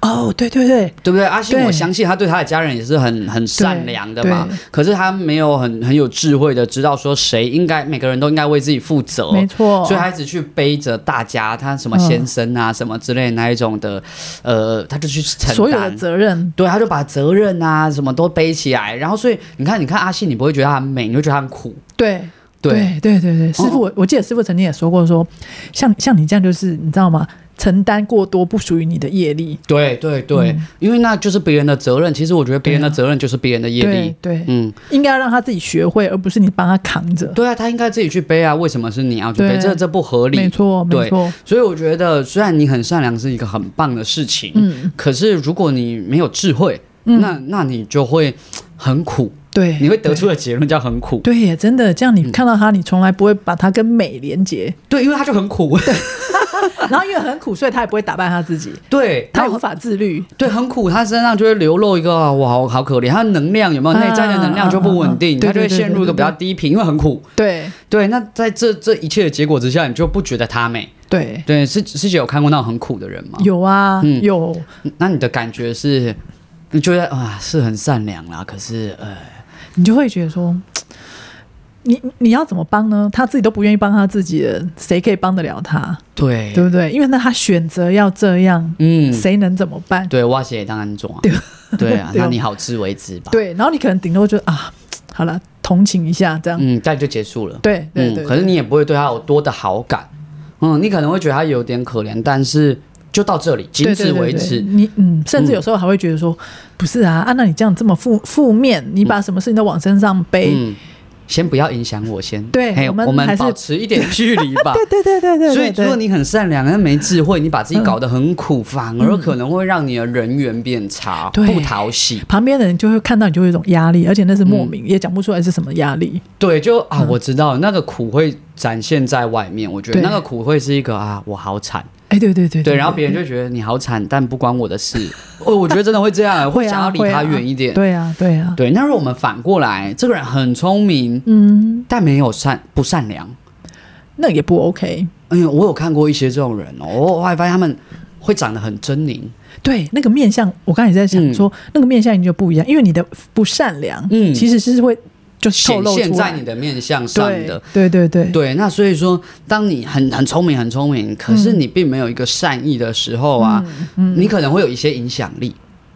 Speaker 3: 哦，对对对，
Speaker 2: 对不对？阿信，
Speaker 3: 对
Speaker 2: 我相信他对他的家人也是很很善良的嘛
Speaker 3: 对。
Speaker 2: 可是他没有很很有智慧的知道说谁应该每个人都应该为自己负责。
Speaker 3: 没错，
Speaker 2: 哦所以他一直去背着大家，他什么先生啊、什么之类的那一种的，呃，他就去承
Speaker 3: 嗯所有的
Speaker 2: 担。
Speaker 3: 责任，
Speaker 2: 对，他就把责任啊什么都背起来，然后所以你看，你看阿信，你不会觉得他很美，你会觉得他很苦。
Speaker 3: 对。
Speaker 2: 对哦
Speaker 3: 对对对对，师傅，我我记得师傅曾经也说过说像像你这样，就是你知道吗？承担过多不属于你的业力，
Speaker 2: 对对对、
Speaker 3: 嗯
Speaker 2: 因为那就是别人的责任。其实我觉得别人的责任就是别人的业力
Speaker 3: 对。啊对，
Speaker 2: 嗯，
Speaker 3: 应该要让他自己学会，而不是你帮他扛着。
Speaker 2: 对啊，他应该自己去背啊，为什么是你要去背？
Speaker 3: 对
Speaker 2: 这这不合理。
Speaker 3: 没错，
Speaker 2: 对
Speaker 3: 没错，
Speaker 2: 所以我觉得，虽然你很善良是一个很棒的事情，
Speaker 3: 嗯，
Speaker 2: 可是如果你没有智慧，那那你就会很苦，
Speaker 3: 对，
Speaker 2: 你会得出的结论叫很苦。
Speaker 3: 对耶，真的，这样你看到他，你从来不会把他跟美连接，
Speaker 2: 对，因为他就很苦，
Speaker 3: 然后因为很苦，所以他也不会打败他自 己，
Speaker 2: 对，
Speaker 3: 他
Speaker 2: 他
Speaker 3: 也无法自律。
Speaker 2: 对很苦，他身上就会流露一个哇，好好可怜，他的能量有没有
Speaker 3: 啊
Speaker 2: 内在的能量就不稳定，
Speaker 3: 啊啊啊
Speaker 2: 他就会陷入一个比较低频，因为很苦。
Speaker 3: 对
Speaker 2: 对，那在这这一切的结果之下，你就不觉得他美。
Speaker 3: 对，
Speaker 2: 对，师师姐有看过那种很苦的人吗？
Speaker 3: 有啊，
Speaker 2: 嗯
Speaker 3: 有，
Speaker 2: 那你的感觉是，你觉得啊是很善良啦，可是呃，
Speaker 3: 你就会觉得说，你你要怎么帮呢？他自己都不愿意帮他自己了，谁可以帮得了他？
Speaker 2: 对
Speaker 3: 对不对？因为那他选择要这样，
Speaker 2: 嗯，
Speaker 3: 谁能怎么办？
Speaker 2: 对，挖鞋也当安装、啊， 对啊，
Speaker 3: 对啊
Speaker 2: 那你好自为之吧。，
Speaker 3: 对，然后你可能顶多就啊，好了，同情一下这样。
Speaker 2: 嗯，这样就结束了。
Speaker 3: 对对对，
Speaker 2: 嗯，可是
Speaker 3: 对
Speaker 2: 你也不会对他有多的好感，嗯，你可能会觉得他有点可怜，但是就到这里，仅
Speaker 3: 对
Speaker 2: 此
Speaker 3: 对对
Speaker 2: 为
Speaker 3: 对
Speaker 2: 止。
Speaker 3: 你嗯，甚至有时候还会觉得说，不是啊，啊，那你这样这么负负面，你把什么事情都往身上背，
Speaker 2: 嗯，先不要影响我先，
Speaker 3: 对
Speaker 2: 嘿
Speaker 3: 我
Speaker 2: 我
Speaker 3: 们还是
Speaker 2: 保持一点距离吧。
Speaker 3: 对对对 对对，
Speaker 2: 所以，
Speaker 3: 对
Speaker 2: 如果你很善良但没智慧，你把自己搞得很苦，反而可能会让你的人缘变差，
Speaker 3: 嗯对
Speaker 2: 不讨喜。
Speaker 3: 旁边的人就会看到你，就会有一种压力，而且那
Speaker 2: 嗯
Speaker 3: 是莫名，也讲不出来是什么压力。
Speaker 2: 对，就啊，我知道那个苦会展现在外面，我觉得
Speaker 3: 嗯对
Speaker 2: 那个苦会是一个啊，我好惨。
Speaker 3: 哎，对对对
Speaker 2: 对，然后别人就觉得你好惨，但不关我的事。哦，我觉得真的会这样，
Speaker 3: 会
Speaker 2: 想
Speaker 3: 啊，
Speaker 2: 要离
Speaker 3: 会
Speaker 2: 他
Speaker 3: 啊
Speaker 2: 远一点。
Speaker 3: 对啊，对啊，
Speaker 2: 对，那如果我们反过来，这个人很聪明，
Speaker 3: 嗯，
Speaker 2: 但没有善不善良。
Speaker 3: 那也不 OK。
Speaker 2: 哎呦，我有看过一些这种人哦，我还发现他们会长得很狰狞。
Speaker 3: 对，那个面相，我刚才也在想说，那个面相你就不一样，因为你的不善良，
Speaker 2: 嗯
Speaker 3: 其实是会就是透
Speaker 2: 显
Speaker 3: 露
Speaker 2: 现
Speaker 3: 出
Speaker 2: 在
Speaker 3: 来
Speaker 2: 你的面相上
Speaker 3: 对
Speaker 2: 的。
Speaker 3: 对对对，
Speaker 2: 对，那所以说，当你很很聪明、很聪明，可
Speaker 3: 嗯
Speaker 2: 是你并没有一个善意的时候啊，你可能会有一些影响力。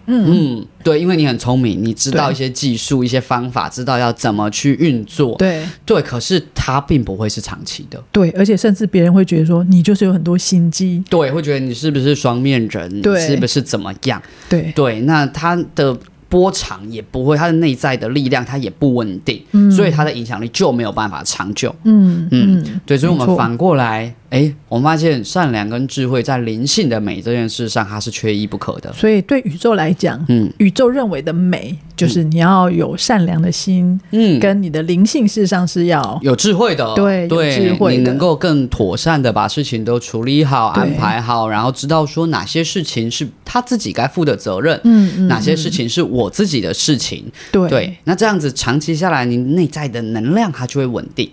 Speaker 3: 嗯，
Speaker 2: 嗯，对，因为你很聪明，你知道
Speaker 3: 对
Speaker 2: 一些技术、一些方法，知道要怎么去运作。
Speaker 3: 对
Speaker 2: 对，可是它并不会是长期的。
Speaker 3: 对，而且甚至别人会觉得说你就是有很多心机，
Speaker 2: 对，会觉得你是不是双面人？你
Speaker 3: 对
Speaker 2: 是不是怎么样？
Speaker 3: 对
Speaker 2: 对，那他的波长也不会，他的内在的力量它也不稳定，所以他的影响力就没有办法长久。
Speaker 3: 嗯
Speaker 2: 嗯
Speaker 3: 嗯，
Speaker 2: 对，所以我
Speaker 3: 没
Speaker 2: 们
Speaker 3: 错
Speaker 2: 反过来，哎，我们发现善良跟智慧在灵性的美这件事上，它是缺一不可的。
Speaker 3: 所以对宇宙来讲，
Speaker 2: 嗯
Speaker 3: 宇宙认为的美就是你要有善良的心，
Speaker 2: 嗯，
Speaker 3: 跟你的灵性事实上是要
Speaker 2: 有智慧的，哦
Speaker 3: 对有
Speaker 2: 对，
Speaker 3: 智慧的
Speaker 2: 你能够更妥善的把事情都处理好、
Speaker 3: 对
Speaker 2: 安排好，然后知道说哪些事情是他自己该负的责任，
Speaker 3: 嗯嗯
Speaker 2: 哪些事情是我自己的事情。
Speaker 3: 对
Speaker 2: 对，那这样子长期下来，你内在的能量它就会稳定，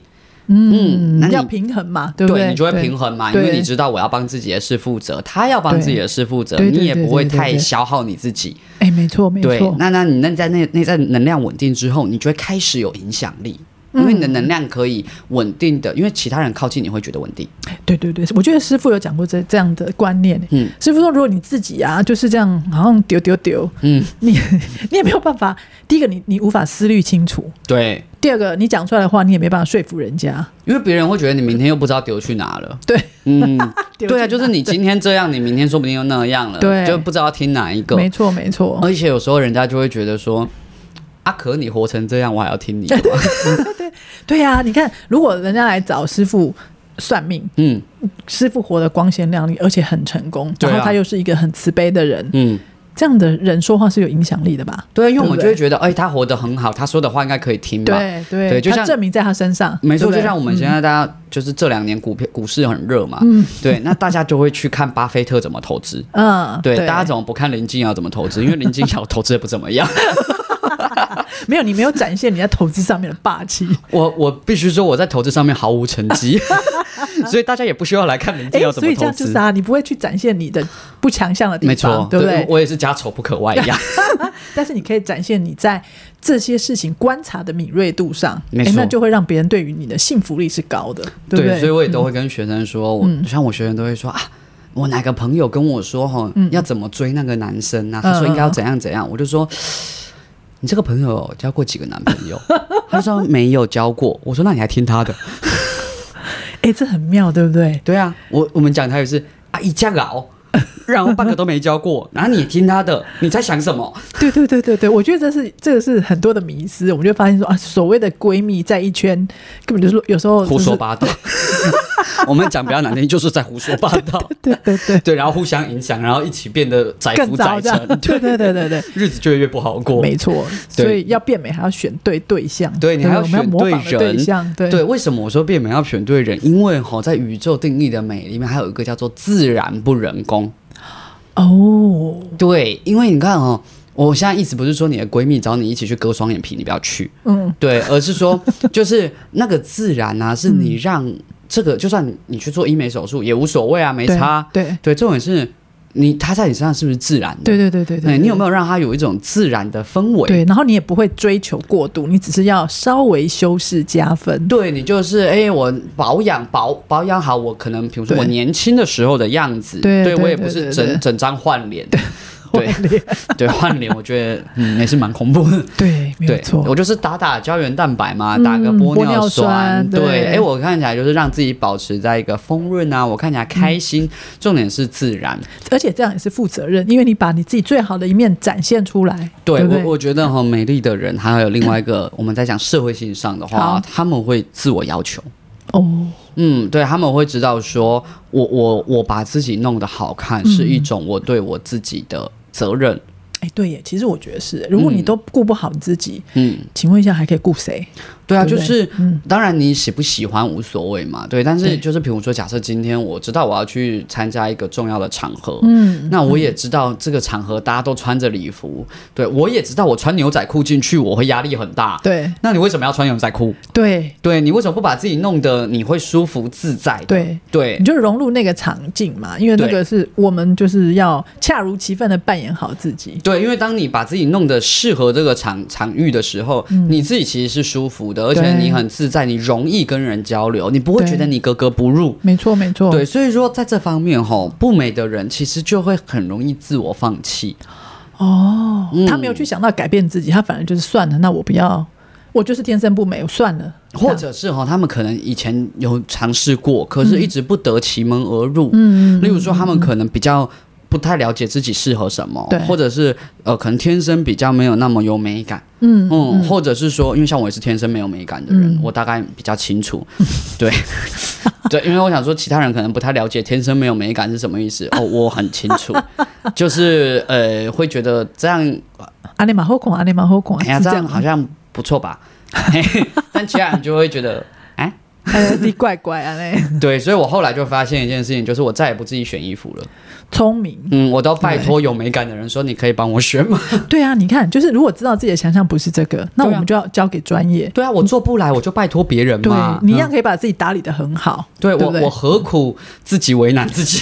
Speaker 3: 嗯
Speaker 2: 那你
Speaker 3: 要平衡嘛，对不
Speaker 2: 你就会平
Speaker 3: 衡。
Speaker 2: 衡嘛，因
Speaker 3: 对
Speaker 2: 为你知道我要帮自己的事负责，他要帮自己的事负责，
Speaker 3: 对对
Speaker 2: 你也
Speaker 3: 对
Speaker 2: 不会
Speaker 3: 对对
Speaker 2: 太
Speaker 3: 对
Speaker 2: 消耗你自己。
Speaker 3: 哎，没错没
Speaker 2: 对
Speaker 3: 错，，
Speaker 2: 那那你内在内内在能量稳定之后，你就会开始有影响力。
Speaker 3: 嗯
Speaker 2: 因为你的能量可以稳定的，因为其他人靠近你会觉得稳定。
Speaker 3: 对对对，我觉得师傅有讲过这这样的观念。
Speaker 2: 嗯
Speaker 3: 师傅说，如果你自己啊就是这样，好像丢丢丢，
Speaker 2: 嗯，
Speaker 3: 你 你也没有办法。第一个，你你无法思虑清楚；
Speaker 2: 对，
Speaker 3: 第二个，你讲出来的话，你也没办法说服人家。
Speaker 2: 因为别人会觉得你明天又不知道丢去哪了。
Speaker 3: 对，
Speaker 2: 嗯，
Speaker 3: 丢
Speaker 2: 对啊，
Speaker 3: 进
Speaker 2: 就是你今天这样，你明天说不定又那样了，
Speaker 3: 对
Speaker 2: 就不知道听哪一个。
Speaker 3: 没错没错，
Speaker 2: 而且有时候人家就会觉得说，阿可你活成这样，我还要听你的吗？
Speaker 3: 对呀、你看，如果人家来找师傅算命，
Speaker 2: 嗯
Speaker 3: 师傅活得光鲜亮丽，而且很成功，
Speaker 2: 对啊
Speaker 3: 然后他又是一个很慈悲的人，
Speaker 2: 嗯，
Speaker 3: 这样的人说话是有影响力的吧？
Speaker 2: 对，因为我
Speaker 3: 对
Speaker 2: 们
Speaker 3: 不对
Speaker 2: 就会觉得，哎、他活得很好，他说的话应该可以听吧？
Speaker 3: 对对
Speaker 2: 对就
Speaker 3: 他
Speaker 2: 像
Speaker 3: 证明在他身上，
Speaker 2: 没错，
Speaker 3: 对不对嗯
Speaker 2: 就像我们现在大家就是这两年股票股市很热嘛，对，那大家就会去看巴菲特怎么投 资。
Speaker 3: 嗯，
Speaker 2: 对，
Speaker 3: 对
Speaker 2: 大家怎么不看林金瑶怎么投资？因为林金瑶投资也不怎么 样。
Speaker 3: 没有你没有展现你在投资上面的 霸气。
Speaker 2: 我我必须说我在投资上面毫无成 绩，所以大家也不需要来看林金
Speaker 3: 哎，
Speaker 2: 瑶怎
Speaker 3: 所
Speaker 2: 么
Speaker 3: 以这
Speaker 2: 投
Speaker 3: 样就是
Speaker 2: 资。
Speaker 3: 啊，你不会去展现你的不强项的地
Speaker 2: 没
Speaker 3: 方
Speaker 2: 错，，
Speaker 3: 对不对？啊
Speaker 2: 我也是家丑不可外扬。
Speaker 3: 但是你可以展现你在这些事情观察的敏锐度上，
Speaker 2: 没
Speaker 3: 哎
Speaker 2: 错
Speaker 3: 那就会让别人对于你的信服力是高的，对不
Speaker 2: 对
Speaker 3: 对？嗯
Speaker 2: 所以我也都会跟学生说，我像我学生都会说啊，我哪个朋友跟我说哈，
Speaker 3: 嗯
Speaker 2: 要怎么追那个男生啊？他说应该要怎样怎样，我就说。你这个朋友交过几个男朋友？ 他说没有交过。我说那你还听他的？
Speaker 3: 哎，这很妙，对不对？
Speaker 2: 对啊，我我们讲他也是啊，一家老，然后半个都没交过，然后你听他的，你在想什么？
Speaker 3: 对对对对对，我觉得这是这个是很多的迷思，我们就发现说啊，所谓的闺蜜在一圈根本就是有时候、就是、
Speaker 2: 胡说八道。 我们讲比较难听，就是在胡说八道。
Speaker 3: 对对对，
Speaker 2: 对，然后互相影响，然后一起变得载
Speaker 3: 更
Speaker 2: 浮
Speaker 3: 糟
Speaker 2: 载
Speaker 3: 这样，
Speaker 2: 沉，
Speaker 3: 对对对对对。
Speaker 2: 日子就会越不好 过。
Speaker 3: 没错，
Speaker 2: 对
Speaker 3: 所以要变美还要选对对象，
Speaker 2: 对你还
Speaker 3: 不
Speaker 2: 要
Speaker 3: 我们要
Speaker 2: 选
Speaker 3: 模
Speaker 2: 对
Speaker 3: 仿的对
Speaker 2: 人
Speaker 3: 象，对
Speaker 2: 对，为什么我说变美要选对人？因为哈，在宇宙定义的美里面，还有一个叫做自然不人工。
Speaker 3: 哦，
Speaker 2: 对，因为你看哦，我现在意思不是说你的闺蜜找你一起去割双眼皮，你不要去，
Speaker 3: 嗯，
Speaker 2: 对，而是 说就是那个自然啊，是
Speaker 3: 嗯
Speaker 2: 你让这个，就算你去做医美手术也无所谓啊，没
Speaker 3: 对
Speaker 2: 差。
Speaker 3: 对
Speaker 2: 对，重点是你它在你身上是不是自然的？
Speaker 3: 对对对对
Speaker 2: 哎
Speaker 3: 对，
Speaker 2: 你有没有
Speaker 3: 有？
Speaker 2: 让它有一种自然的氛围？
Speaker 3: 对，然后你也不会追求过度，你只是要稍微修饰加分，
Speaker 2: 对你就是哎、我保养保保养好，我可能比如说
Speaker 3: 对
Speaker 2: 我年轻的时候的样子，
Speaker 3: 对对
Speaker 2: 我也不
Speaker 3: 对
Speaker 2: 是
Speaker 3: 对
Speaker 2: 整
Speaker 3: 对
Speaker 2: 整张换脸，对 对，换脸我觉得嗯也是蛮恐怖的。
Speaker 3: 对， 没有
Speaker 2: 对，
Speaker 3: 错
Speaker 2: 我。就是打打胶原蛋白嘛，
Speaker 3: 嗯
Speaker 2: 打个玻
Speaker 3: 玻尿酸对
Speaker 2: 对，哎，我看起来就是让自己保持在一个丰润啊，我看起来开
Speaker 3: 嗯
Speaker 2: 心，重点是自然。
Speaker 3: 而且这样也是负责任，因为你把你自己最好的一面展现出来。
Speaker 2: 对
Speaker 3: 不对
Speaker 2: 我，我觉得哈，美丽的人还有另外一个，我们在讲社会性上的
Speaker 3: 好
Speaker 2: 话，他们会自我要求。
Speaker 3: 哦，
Speaker 2: 嗯，对他们会知道说，我我我把自己弄得好看，
Speaker 3: 嗯
Speaker 2: 是一种我对我自己的责任。
Speaker 3: 哎，对耶，其实我觉得是，如果你都顾不好你自己，
Speaker 2: 嗯，
Speaker 3: 请问一下还可以顾谁？
Speaker 2: 对啊，
Speaker 3: 对
Speaker 2: 就
Speaker 3: 不对
Speaker 2: 是
Speaker 3: 嗯
Speaker 2: 当然你喜不喜欢无所谓嘛，对。但
Speaker 3: 对
Speaker 2: 是就是比如说，假设今天我知道我要去参加一个重要的场合，
Speaker 3: 嗯，
Speaker 2: 那我也知道这个场合大家都穿着礼服，对我也知道我穿牛仔裤进去我会压力很大。
Speaker 3: 对
Speaker 2: 那你为什么要穿牛仔裤？
Speaker 3: 对
Speaker 2: 对你为什么不把自己弄得你会舒服自在的？
Speaker 3: 对，
Speaker 2: 对
Speaker 3: 你就融入那个场景嘛，因为那
Speaker 2: 对
Speaker 3: 个是我们就是要恰如其分的扮演好自己。
Speaker 2: 对，因为当你把自己弄得适合这个场场域的时候，你自己其实是舒服的，而且
Speaker 3: 嗯对
Speaker 2: 你很自在，你容易跟人交流，你不会
Speaker 3: 对
Speaker 2: 觉得你格格不入。
Speaker 3: 没错，没错，
Speaker 2: 对，所以说在这方面吼，不美的人其实就会很容易自我放弃。
Speaker 3: 哦，
Speaker 2: 嗯
Speaker 3: 他没有去想到改变自己，他反而就是算了，那我不要，我就是天生不美，我算了，
Speaker 2: 或者是哈，他们可能以前有尝试过，可是一直不得其门而入。
Speaker 3: 嗯
Speaker 2: 例如说，他们可能比较不太了解自己适合什么
Speaker 3: 对，
Speaker 2: 或者是呃，可能天生比较没有那么有美感。
Speaker 3: 嗯
Speaker 2: 嗯，或者是说，因为像我也是天生没有美感的人，我大概比较清 楚，对， 对，因为我想说，其他人可能不太了解天生没有美感是什么意 思。哦，我很清楚，就是呃，会觉得这样，
Speaker 3: 阿里马后孔，阿里马后孔，
Speaker 2: 哎 呀，
Speaker 3: 啊是
Speaker 2: 这
Speaker 3: 这
Speaker 2: 样
Speaker 3: 样
Speaker 2: 好像不错 吧？ 嘿但其他人就会觉得，哎，
Speaker 3: 哎，你怪怪啊嘞，
Speaker 2: 对，所以我后来就发现一件事情，就是我再也不自己选衣服了。
Speaker 3: 聪明，
Speaker 2: 嗯，我都拜托有美感的人说，你可以帮我选吗？
Speaker 3: 对啊，你看，就是如果知道自己的强项不是这个，那我
Speaker 2: 对啊
Speaker 3: 们就要交给专业。
Speaker 2: 对啊，我做不来，我就拜托别人
Speaker 3: 对
Speaker 2: 嘛。
Speaker 3: 你一
Speaker 2: 嗯
Speaker 3: 样可以把自己打理的很好，
Speaker 2: 对
Speaker 3: 对不
Speaker 2: 我，
Speaker 3: 对
Speaker 2: 我何苦自己为难自己？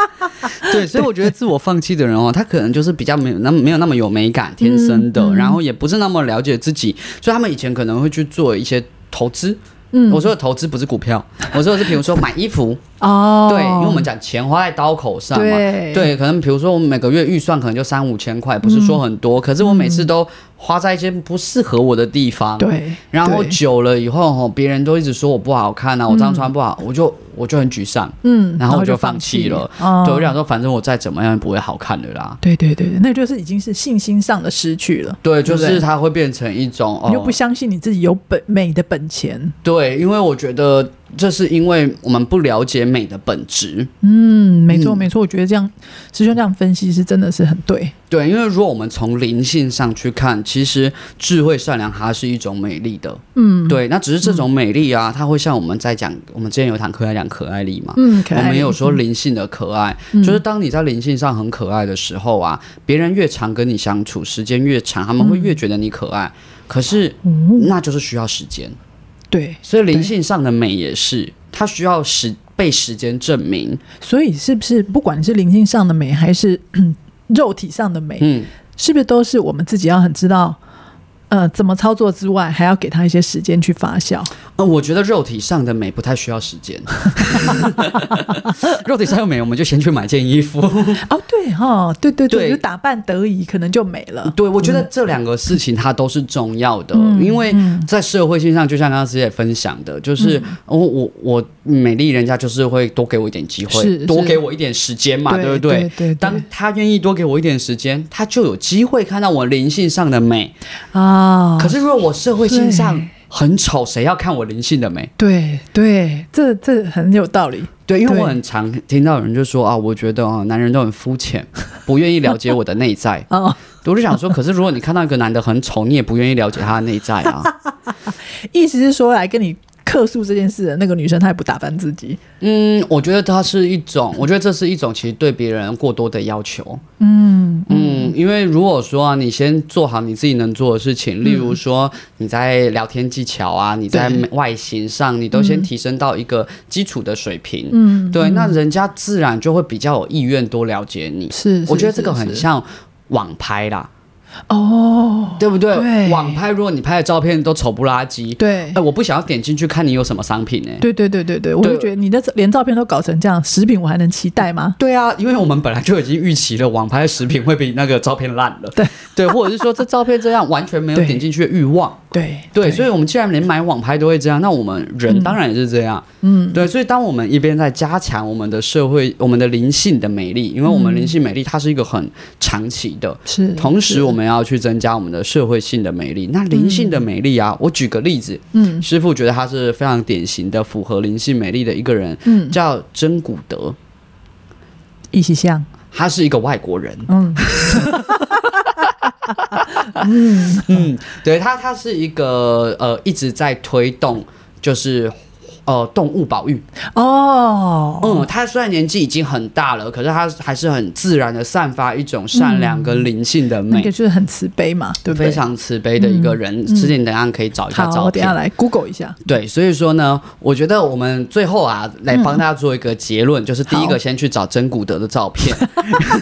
Speaker 2: 对，所以我觉得自我放弃的人哦，他可能就是比较没有那么没有那么有美
Speaker 3: 嗯
Speaker 2: 感，天生的，然后也不是那么了解自己，所以他们以前可能会去做一些投资。
Speaker 3: 嗯
Speaker 2: 我说的投资不是股票，我说的是比如说买衣服，
Speaker 3: 哦，
Speaker 2: 对，因为我们讲钱花在刀口上嘛，
Speaker 3: 对
Speaker 2: 对，可能比如说我每个月预算可能就三五千块，不是说很多，可是我每次都花在一些不适合我的地方，
Speaker 3: 对，
Speaker 2: 然后
Speaker 3: 对
Speaker 2: 久了以后，吼，别人都一直说我不好看啊，我这样穿不好，我就我就很沮丧，
Speaker 3: 嗯，
Speaker 2: 然后我就
Speaker 3: 放
Speaker 2: 放弃了。
Speaker 3: 哦
Speaker 2: 对，我就想说，反正我再怎么样也不会好看的啦。
Speaker 3: 对对对，那就是已经是信心上的失去了。
Speaker 2: 对，就
Speaker 3: 对不对
Speaker 2: 是它会变成一种
Speaker 3: 你又不
Speaker 2: 哦，
Speaker 3: 相信你自己有本美的本钱，
Speaker 2: 对，因为我觉得这是因为我们不了解美的本质。
Speaker 3: 嗯，没错
Speaker 2: 嗯
Speaker 3: 没错，我觉得这样师兄这样分析是真的是很对，
Speaker 2: 对，因为如果我们从灵性上去看，其实智慧善良它是一种美丽的，
Speaker 3: 嗯
Speaker 2: 对，那只是这种美丽啊，它会像我们在讲，我们之前有一堂课在讲可爱力嘛，
Speaker 3: 嗯，可
Speaker 2: 我
Speaker 3: 爱，嗯
Speaker 2: 们也有说灵性的可爱，就是当你在灵性上很可爱的时候啊，别人越常跟你相处，时间越长，他们会越觉得你可爱。可是
Speaker 3: 嗯
Speaker 2: 那就是需要时间，
Speaker 3: 对，
Speaker 2: 所以灵性上的美也是，它需要时被时间证明。
Speaker 3: 所以是不是不管是灵性上的美还是 嗯肉体上的美，
Speaker 2: 嗯，
Speaker 3: 是不是都是我们自己要很知道，呃，怎么操作之外，还要给他一些时间去发酵？
Speaker 2: 呃，我觉得肉体上的美不太需要时 间。 肉体上的美，我们就先去买件衣 服。
Speaker 3: 哦，对哈、哦，对对对，
Speaker 2: 对
Speaker 3: 就打扮得宜，可能就美了。
Speaker 2: 对，我觉得这两个事情它都是重要的，
Speaker 3: 嗯嗯
Speaker 2: 因为在社会性上，就像刚刚师姐分享的，就是、哦我我美丽，人家就是会多给我一点机
Speaker 3: 是
Speaker 2: 会
Speaker 3: 是，
Speaker 2: 多给我一点时间嘛，
Speaker 3: 对
Speaker 2: 对不
Speaker 3: 对对对
Speaker 2: 当他愿意多给我一点时间，他就有机会看到我灵性上的美。
Speaker 3: 啊，
Speaker 2: 可是如果我社会性
Speaker 3: 对
Speaker 2: 上很丑，谁要看我灵性的美？
Speaker 3: 对对，这这很有道理。
Speaker 2: 对，因为
Speaker 3: 对
Speaker 2: 我很常听到有人就说啊，我觉得啊，男人都很肤浅， 不愿意了解我的内在。
Speaker 3: 哦，
Speaker 2: 我就想说，可是如果你看到一个男的很丑，你也不愿意了解他的内在 啊。
Speaker 3: 意思是说，来跟你客诉这件事的那个女生，她也不打扮自己。
Speaker 2: 嗯，我觉得它是一种，我觉得这是一种其实对别人过多的要求。
Speaker 3: 嗯，
Speaker 2: 嗯，因为如果说啊，你先做好你自己能做的事
Speaker 3: 嗯
Speaker 2: 情，例如说你在聊天技巧啊，你在
Speaker 3: 对
Speaker 2: 外形上，你都先提升到一个基础的水平。
Speaker 3: 嗯
Speaker 2: 对，那人家自然就会比较有意愿多了解你。
Speaker 3: 是，
Speaker 2: 我
Speaker 3: 是
Speaker 2: 觉得这个
Speaker 3: 是
Speaker 2: 很
Speaker 3: 是
Speaker 2: 像网拍啦。
Speaker 3: 哦，
Speaker 2: 对不对？
Speaker 3: 对
Speaker 2: 网拍如果你拍的照片都丑不拉几，
Speaker 3: 对
Speaker 2: 哎、我不想要点进去看你有什么商品哎、
Speaker 3: 呃对对对对对，我就觉得你的连照片都搞成这样，食品我还能期待吗？
Speaker 2: 对啊，因为我们本来就已经预期了网拍食品会比那个照片烂了，
Speaker 3: 对
Speaker 2: 对，或者是说这照片这样完全没有
Speaker 3: 对
Speaker 2: 点进去的欲望，
Speaker 3: 对
Speaker 2: 对，所以我们既然连买网拍都会这样，那我们人当然也是这样。
Speaker 3: 嗯，
Speaker 2: 对，所以当我们一边在加强我们的社会、我们的灵性的美丽，因为我
Speaker 3: 嗯
Speaker 2: 们灵性美丽它是一个很长期的，
Speaker 3: 是。
Speaker 2: 同时
Speaker 3: 是
Speaker 2: 我们要去增加我们的社会性的美丽。那灵性的美丽啊，我举个例子，
Speaker 3: 嗯
Speaker 2: 师傅觉得他是非常典型的符合灵性美丽的一个人，
Speaker 3: 嗯，
Speaker 2: 叫真古德，
Speaker 3: 一起像
Speaker 2: 他是一个外国人。
Speaker 3: 嗯嗯
Speaker 2: 嗯，对他，他是一个呃一直在推动就是呃动物保育。
Speaker 3: 哦
Speaker 2: 嗯，他虽然年纪已经很大了，可是他还是很自然的散发一种善良跟灵性的
Speaker 3: 嗯那
Speaker 2: 美，
Speaker 3: 个就是很慈悲嘛，对不对？
Speaker 2: 非常慈悲的一个人。之前等一下可以找一下
Speaker 3: 好，
Speaker 2: 照
Speaker 3: 我等一
Speaker 2: 片
Speaker 3: 下。来 Google 一下。
Speaker 2: 对，所以说呢，我觉得我们最后啊，来帮大家做一个结论，就是第一
Speaker 3: 嗯好
Speaker 2: 个先去找真古德的照 片，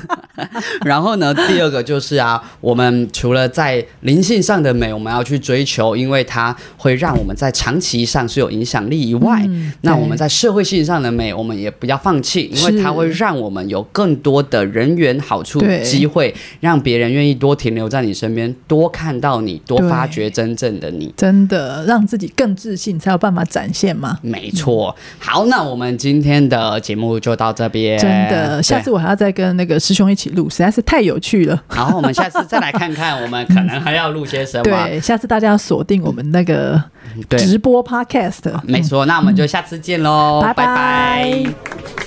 Speaker 2: 然后呢，第二个就是啊，我们除了在灵性上的美，我们要去追求，因为它会让我们在长期上是有影响力以外，
Speaker 3: 嗯
Speaker 2: 那我们在社会性上的美，我们也不要放弃，因为它
Speaker 3: 是
Speaker 2: 会让我们有更多的人缘好处
Speaker 3: 对
Speaker 2: 机会，让别人愿意多停留在你身边，多看到你，多
Speaker 3: 对
Speaker 2: 发掘真正的你。
Speaker 3: 真的让自己更自信，才有办法展现嘛。
Speaker 2: 没错，好，那我们今天的节目就到这边，
Speaker 3: 真的，下次
Speaker 2: 哎对。
Speaker 3: 我还要再跟那个师兄一起录，实在是太有趣了。
Speaker 2: 然后我们下次再来看看，我们可能还要录些什么。
Speaker 3: 对，下次大家要锁定我们那个
Speaker 2: 对，
Speaker 3: 直播 podcast。嗯
Speaker 2: 没错，那我们就下次见喽，
Speaker 3: 拜
Speaker 2: 拜
Speaker 3: 拜